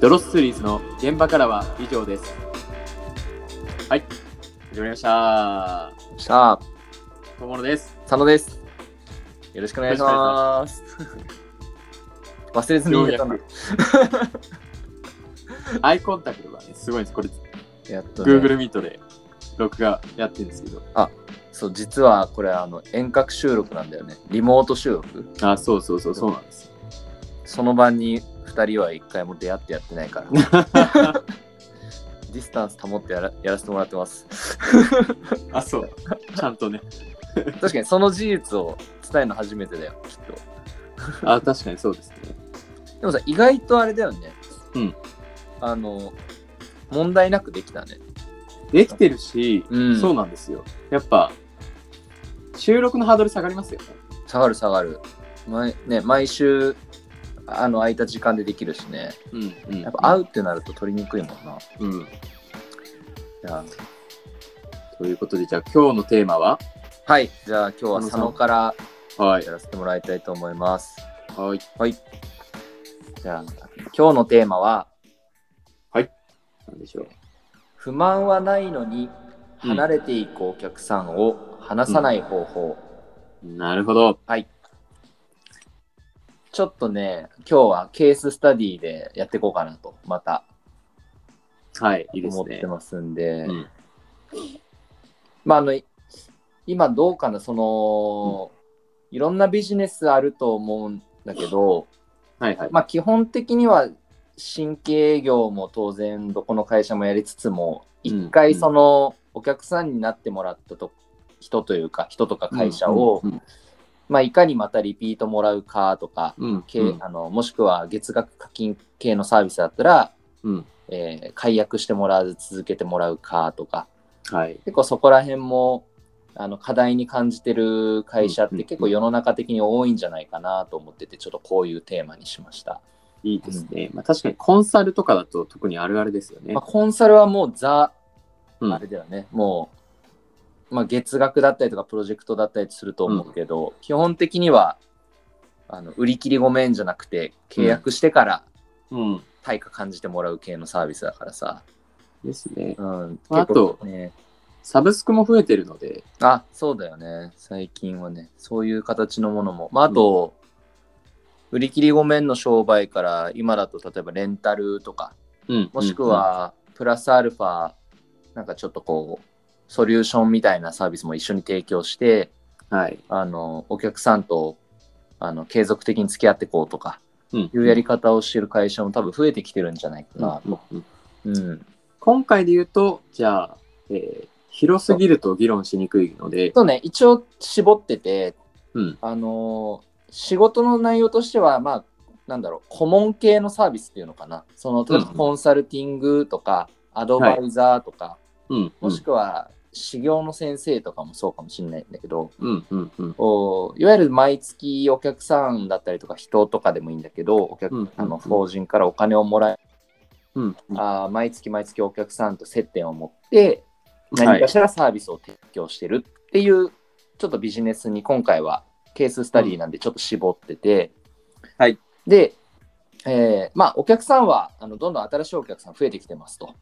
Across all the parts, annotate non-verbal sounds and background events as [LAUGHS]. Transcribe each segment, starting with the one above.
ドロスツーリーズの現場からは以上です。はい、始まりました。さあ、とものです。佐野です。よろしくお願いします。 [LAUGHS] 忘れずによう言えやたなく。 [LAUGHS] アイコンタクトがね、すごいんです。これ、やっと、ね、 Google Meet で録画やってるんですけど。そう、実はこれあの遠隔収録なんだよね。リモート収録。あ、そうそうそう、そうなんです。その場に2人は1回も出会ってやってない [LAUGHS] から。ディスタンス保ってやらやらせてもらってます。あ、そう。ちゃんとね。確かにその事実を伝えるの初めてだよ、きっと。あ、確かにそうですね。でもさ、意外とあれだよね。うん。あの、問題なくできたね。できてるし、うんそうなんですよ。やっぱ、収録のハードル下がりますよね。下がる下がる毎,、ね、毎週あの空いた時間でできるしねうん、うん。やっぱ会うってなると取りにくいもんな、うん。じゃあということで、じゃあ今日のテーマははいじゃあ今日は佐野からはいや。らせてもらいたいと思いますはい。はいじゃあ今日のテーマはなんでしょう。 「不満はないのに離れていくお客さんを話さない方法」なるほど。ちょっとね今日はケーススタディでやっていこうかなとまたはい。いいです思っねて。ますんでうんまああのい今どうかなその、いろんなビジネスあると思うんだけど、はいはい。まあ、基本的には新規営業も当然どこの会社もやりつつもうん一回そのお客さんになってもらったと人というか人とか会社を、うんまあ、いかにまたリピートもらうかとか、うん。けあのもしくは月額課金系のサービスだったら、うん。えー解約してもらわず続けてもらうかとかはい。結構そこら辺もあの課題に感じてる会社っうんうんうてん結構世の中的に多いんじゃないかなと思っててちょっとこういうテーマにしました、いいですね。まあ確かにコンサルとかだと特にあるあるですよねまあ、。コンサルはもうザうんあれだよね、もう、まあ、月額だったりとかプロジェクトだったりすると思うけど、基本的にはあの売り切りごめんじゃなくて契約してからうん。対価感じてもらう系のサービスだからさ、ですね。うん、あと結構ねサブスクも増えてるので、あそうだよね最近はねそういう形のものも、まあ、あと、売り切りごめんの商売から今だと例えばレンタルとかうん。もしくはプラスアルファなんかちょっとこうソリューションみたいなサービスも一緒に提供してうん、はい。あのお客さんとあの継続的に付き合ってこうとかうんいうやり方をしてる会社も多分増えてきてるんじゃないかな、うんうんうん、今回で言うと、じゃあ、えー広すぎると議論しにくいので、そうね、一応絞ってて、うんあのー仕事の内容としては、まあ、なんだろう、顧問系のサービスっていうのかな。その、例えばうんコンサルティングとか、アドバイザーとか、うん、もしくは、修行の先生とかもそうかもしれないんだけど、うん、うん、うん、おいわゆる毎月お客さんだったりとか、人とかでもいいんだけど、お客うんあのうん法人からお金をもらえ、うん、うんあー毎月毎月お客さんと接点を持って、何かしらサービスを提供してるっていう、ちょっとビジネスに今回はケーススタディなんでちょっと絞ってて、はい、で、えーまあ、お客さんはあのどんどん新しいお客さん増えてきてますと。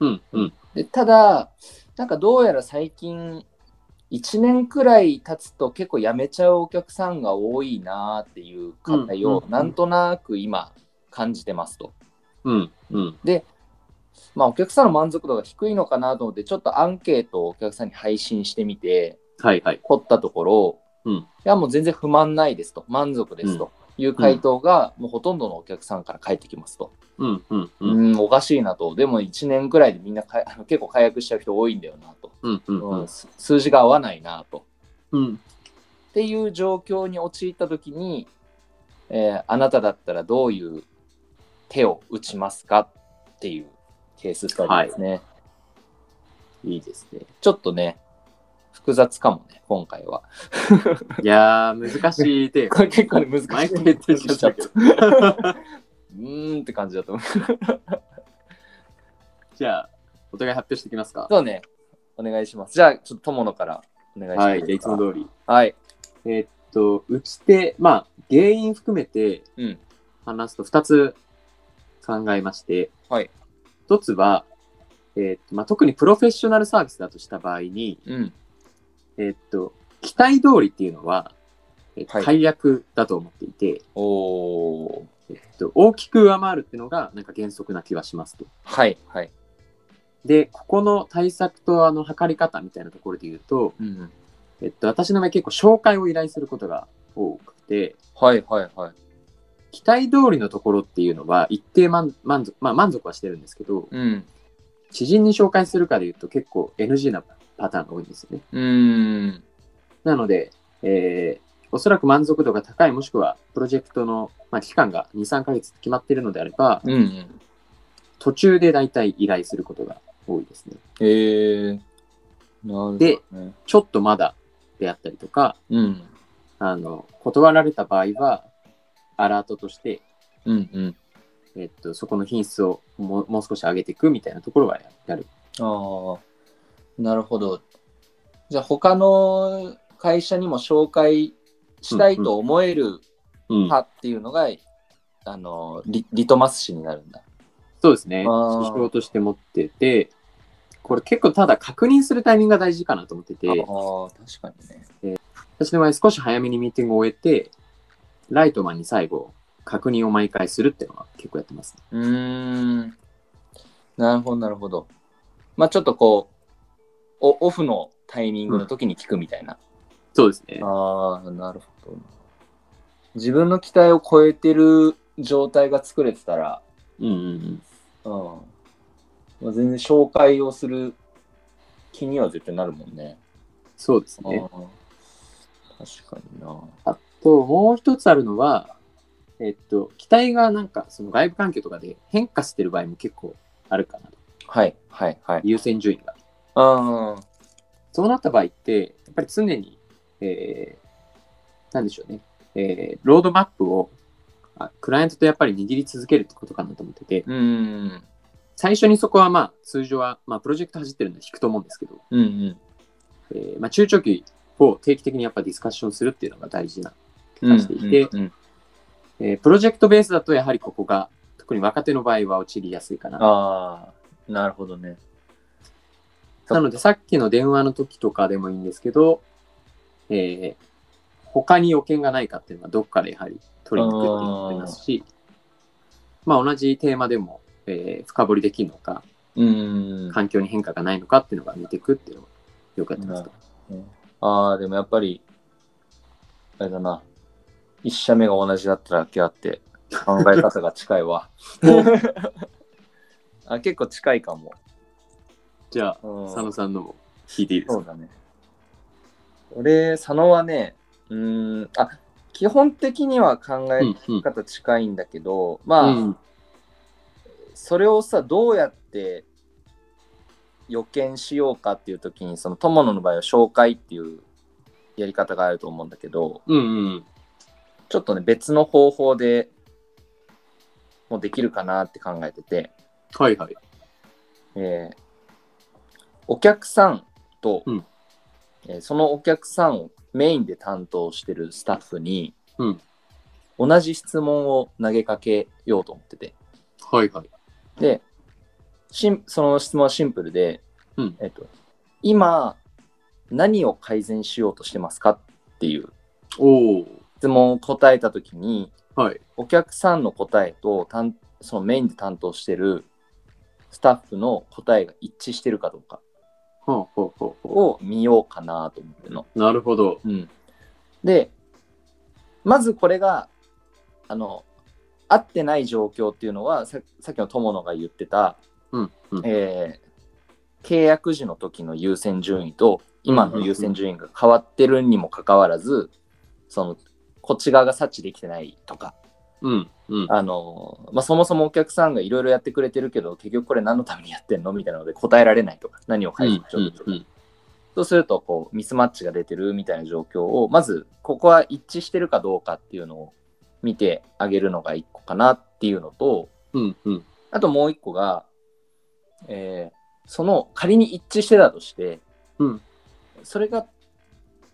うん、うん、でただ、なんかどうやら最近、1年くらい経つと結構辞めちゃうお客さんが多いなっていう課題うんうんをうんなんとなく今感じてますと。うん、うん、まあお客さんの満足度が低いのかなと思ってちょっとアンケートをお客さんに配信してみて、はい、はい。掘ったところ、うんいやもう全然不満ないですと満足ですという回答が、もうほとんどのお客さんから返ってきますと、うん、うん、う、うんん、おかしいなとでも1年くらいでみんなかい [LAUGHS] 結構解約しちゃう人多いんだよなと、うん、うん、ううんん、す数字が合わないなとうん、っていう状況に陥った時に、えーあなただったらどういう手を打ちますかっていうケーススタディですね、いいですね。ちょっとね複雑かもね今回はいやー、難し [LAUGHS] いテーマこれ結構ね難しい毎回言ってる気がするけどうーんって感じだと思う。じゃあ、お互い発表していきますか。そうね。お願いします。じゃあ、ちょっと友野からお願いします。はい、じゃあいつも通り。はい。えーっと、打ち手、まあ、原因含めてうん。話すと2つ考えまして、はい一つは、えーとまあ、特にプロフェッショナルサービスだとした場合に、うん。えー、と期待通りっていうのは、えーとはい大役だと思っていて、おー。えーと大きく上回るっていうのがなんか原則な気はしますと。はい、はい。で、ここの対策とあの測り方みたいなところで言うと、うん。えっと、私の場合結構紹介を依頼することが多くて、はい、はい、はい。期待通りのところっていうのは一定満満足、まあ満足はしてるんですけど、うん。知人に紹介するかで言うと結構 NG なパターンが多いんですよね。うーん。なので、えーおそらく満足度が高いもしくはプロジェクトの、まあ、期間が2、3ヶ月って決まっているのであれば、うんうん。途中で大体依頼することが多いですね。えー。なるほど、ね。で、ちょっとまだであったりとか、うん。あの、断られた場合は、アラートとして、うんうん。えっと、そこの品質をももう少し上げていくみたいなところはややる。ああ、なるほど。じゃあ、他の会社にも紹介したいと思えるうん派っていうのが、あのリ、リトマス紙になるんだ。そうですね。あー指標として持ってて、これ結構ただ確認するタイミングが大事かなと思ってて、ああ、確かにね。私の場合少し早めにミーティングを終えて、ライトマンに最後、確認を毎回するっていうのは結構やってます、ね。うーん。なるほど、なるほど。まあ、ちょっとこう、おオフのタイミングの時に聞くみたいな。そうですね。ああ、なるほど。自分の期待を超えてる状態が作れてたら、うんうんうん。うんまあ、全然紹介をする気には絶対なるもんね。そうですうんね。確かにな。と、もう一つあるのは、えっと、機体がなんか、その外部環境とかで変化してる場合も結構あるかなと。はいはいはい。優先順位が。うん。そうなった場合って、やっぱり常に、えー、なんでしょうね、えー、ロードマップをあクライアントとやっぱり握り続けるってことかなと思ってて、うん。最初にそこはまあ、通常は、まあ、プロジェクト走ってるんで引くと思うんですけど、うんうん。えーまあ、中長期を定期的にやっぱディスカッションするっていうのが大事な気うんがしていて、うんえープロジェクトベースだとやはりここが特に若手の場合は陥りやすいかな。ああ、なるほどね。なのでさっきの電話の時とかでもいいんですけど、えー他に予見がないかっていうのはどっかでやはり取りに行くっていうのもありますし、まあ同じテーマでも、えー深掘りできるのか、うん。環境に変化がないのかっていうのが見ていくっていうのをよくやってますと。ああ、でもやっぱり、あれだな。一社目が同じだったらけあって、考え方が近いわ。 [LAUGHS] あ結構近いかも。 [LAUGHS] じゃあ、うん佐野さんのも聞いていいですそかうだね。俺、佐野はね、うーん、あ、基本的には考うえんうん方近いんだけど、まあ、うんそれをさ、どうやって予見しようかっていう時に、その友野の場合は紹介っていうやり方があると思うんだけど、うんうん。ちょっとね、別の方法でもうできるかなって考えてて、はいはい。えーお客さんと、うんえーそのお客さんをメインで担当してるスタッフに、うん同じ質問を投げかけようと思っててはいはい。でしんその質問はシンプルで、うんえっと今何を改善しようとしてますかっていうおー。質問を答えた時にはい。お客さんの答えと担そのメインで担当してるスタッフの答えが一致してるかどうかほうほうほうほを見ようかなと思ってるの。う。なるほど。うん、でまずこれがあの合ってない状況っていうのはささっきの友野が言ってた、うんうん。えー契約時の時の優先順位と今の優先順位が変わってるにもかかわらずそのこっち側が察知できてないとか、うんうん。あのまあ、そもそもお客さんがいろいろやってくれてるけど結局これ何のためにやってんのみたいなので答えられないとか何をうん返しましょうとかうんうんそうすると、こう、ミスマッチが出てるみたいな状況を、まず、ここは一致してるかどうかっていうのを見てあげるのが一個かなっていうのと、うんうん。あともう一個が、えーその、仮に一致してたとして、うんそれが、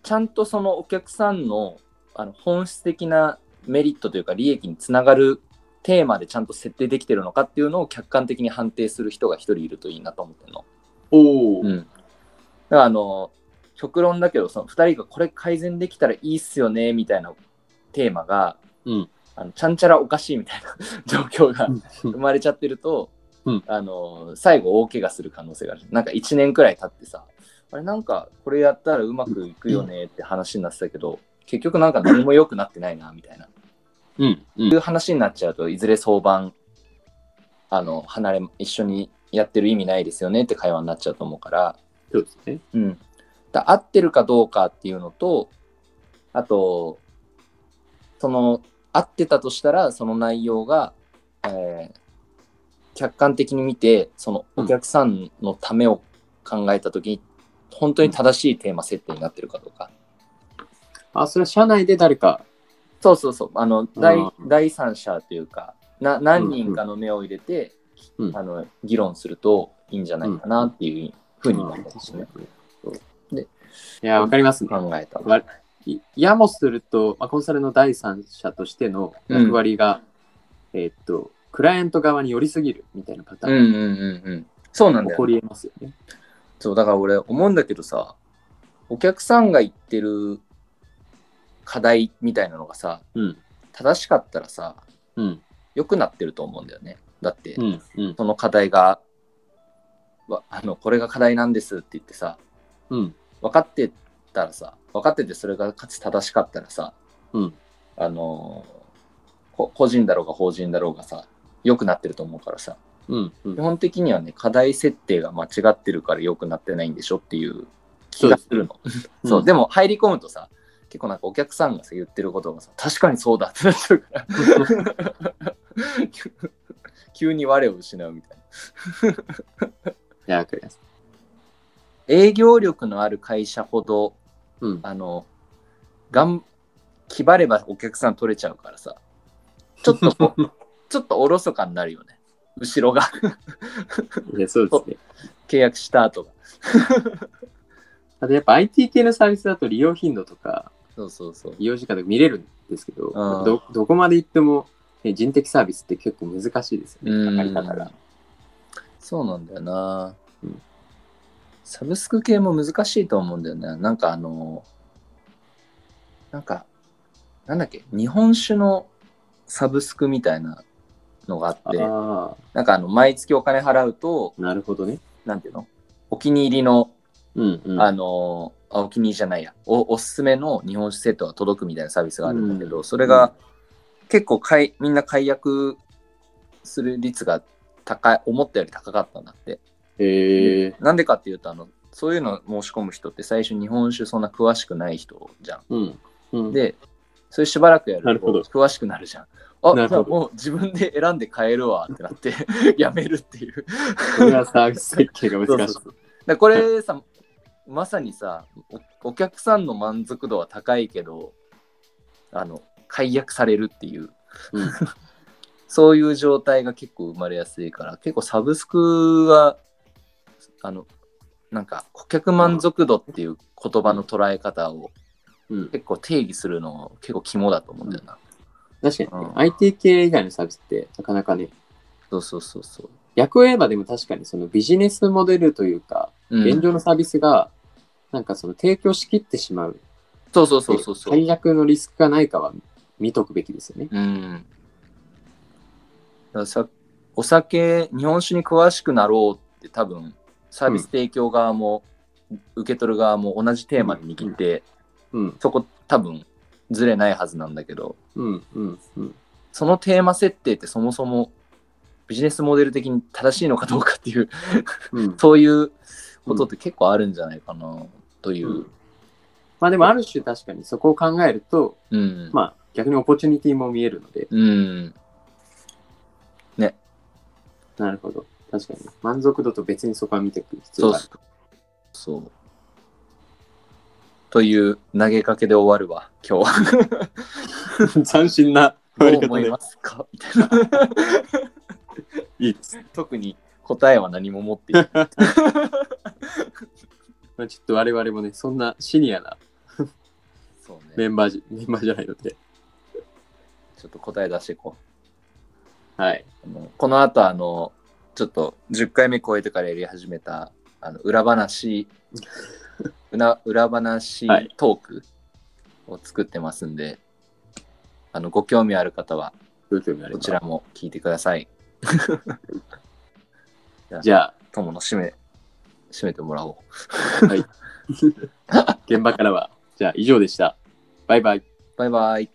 ちゃんとそのお客さんのあの本質的なメリットというか、利益につながるテーマでちゃんと設定できてるのかっていうのを客観的に判定する人が一人いるといいなと思ってるの。おお、うん、だからあの極論だけどその2人がこれ改善できたらいいっすよねみたいなテーマが、うんあのちゃんちゃらおかしいみたいな [LAUGHS] 状況が生まれちゃってると、うんあの最後大怪我する可能性があるなんか1年くらい経ってさあれなんかこれやったらうまくいくよねって話になってたけど、結局なんか何も良くなってないなみたいなうん、ういん。う話になっちゃうといずれ相番あの離れ一緒にやってる意味ないですよねって会話になっちゃうと思うから、そうですね。うん、だ合ってるかどうかっていうのとあとその合ってたとしたらその内容が、えー客観的に見てそのお客さんのためを考えた時に、本当に正しいテーマ設定になってるかどうか。あ、それは社内で誰か。そうそうそう。あの、第うん第三者というか、な何人かの目を入れて、うんあの議論するといいんじゃないかなっていうふうに思ったんですね。うんでいや、わかりますね。考えた。わいやもすると、まあ、コンサルの第三者としての役割が、えーっと、クライアント側に寄りすぎるみたいなパタうんーうンんうんうん。そうなんがだ起よこね、り得ますよね。そう、だから俺思うんだけどさ、お客さんが言ってる課題みたいなのがさ、うん、正しかったらさ、うん、良くなってると思うんだよね。だって、うん、うん、その課題が、わあの、これが課題なんですって言ってさ、うん、分かってたらさ分かっててそれがかつ正しかったらさうん、あのーこ個人だろうが法人だろうがさ良くなってると思うからさうん、基本的にはね課題設定が間違ってるから良くなってないんでしょっていう気がするのうんそう、でも入り込むとさ結構なんかお客さんがさ言ってることがさ確かにそうだってなっちゃうから急 [LAUGHS] 急に我を失うみたいないや、わかります。営業力のある会社ほどうん、あの、がん、気張ればお客さん取れちゃうからさ、ちょっと [LAUGHS] こう、ちょっとおろそかになるよね。後ろが、 [LAUGHS] いやそうですね。契約した後が。あとやっぱ IT 系のサービスだと利用頻度とか、そうそうそう。利用時間とか見れるんですけど、んどどこまで行っても、ね人的サービスって結構難しいですようんね、かかり方が。そうなんだよなうん。サブスク系も難しいと思うんだよね。なんかあの、なんか、なんだっけ、日本酒のサブスクみたいなのがあって、あなんかあの、毎月お金払うと、あ、なるほどね。なんていうのお気に入りのうん、うん。あのーあお気に入りじゃないやおおすすめの日本酒セットが届くみたいなサービスがあるんだけど、うんそれが結構買いみんな解約する率が高い思ったより高かったんだってへえ。なんでかっていうとあのそういうの申し込む人って最初日本酒そんな詳しくない人じゃんうん、うん。でそれしばらくやなるるとほど詳しくなるじゃんあなるほどじゃあもう自分で選んで買えるわってなって [LAUGHS] やめるっていうこれはサービス設計が難しい。そうだからこれさまさにさおお客さんの満足度は高いけどあの解約されるっていううん [LAUGHS] そういう状態が結構生まれやすいから結構サブスクはあのなんか顧客満足度っていう言葉の捉え方をうん、結構定義するの結構肝だと思うんだよな、確かにね、うん IT 系以外のサービスってなかなかね、そうそうそうそう役を言えばでも確かにそのビジネスモデルというか、うん現状のサービスが、なんかその提供しきってしまう、そうそうそうそうそう最悪のリスクがないかは見とくべきですよね。うん。だからさお酒、日本酒に詳しくなろうって多分、サービス提供側も、受け取る側も同じテーマで握って、うん、そこ多分、ずれないはずなんだけど、うん、うん、うん。そのテーマ設定ってそもそもビジネスモデル的に正しいのかどうかっていう、うんそういうことって結構あるんじゃないかな、という。まあでもある種確かにそこを考えると、うん。まあ逆にオポチュニティも見えるので、うん。なるほど。確かに。満足度と別にそこは見ていく必そ要うがある。そう。そう。という投げかけで終わるわ、今日は。 [LAUGHS] 斬新など終うわり方思いでますかみたいな。いいです。特に答えは何も持っていない。まあちょっと我々もね、そんなシニアなそうメ [LAUGHS] ね。ンバーじメンバーじゃないので、ちょっと答え出していこはい。あのこの後あのちょっと10回目超えてからやり始めたあの裏 [LAUGHS] 話裏裏話はいトークを作ってますんで、あのご興味ある方はご興味あれこばちらも聞いてください。じゃあ、友の締め締めてもらおう。現場からは、じゃあ以上でした。バイバイ。バイバイ。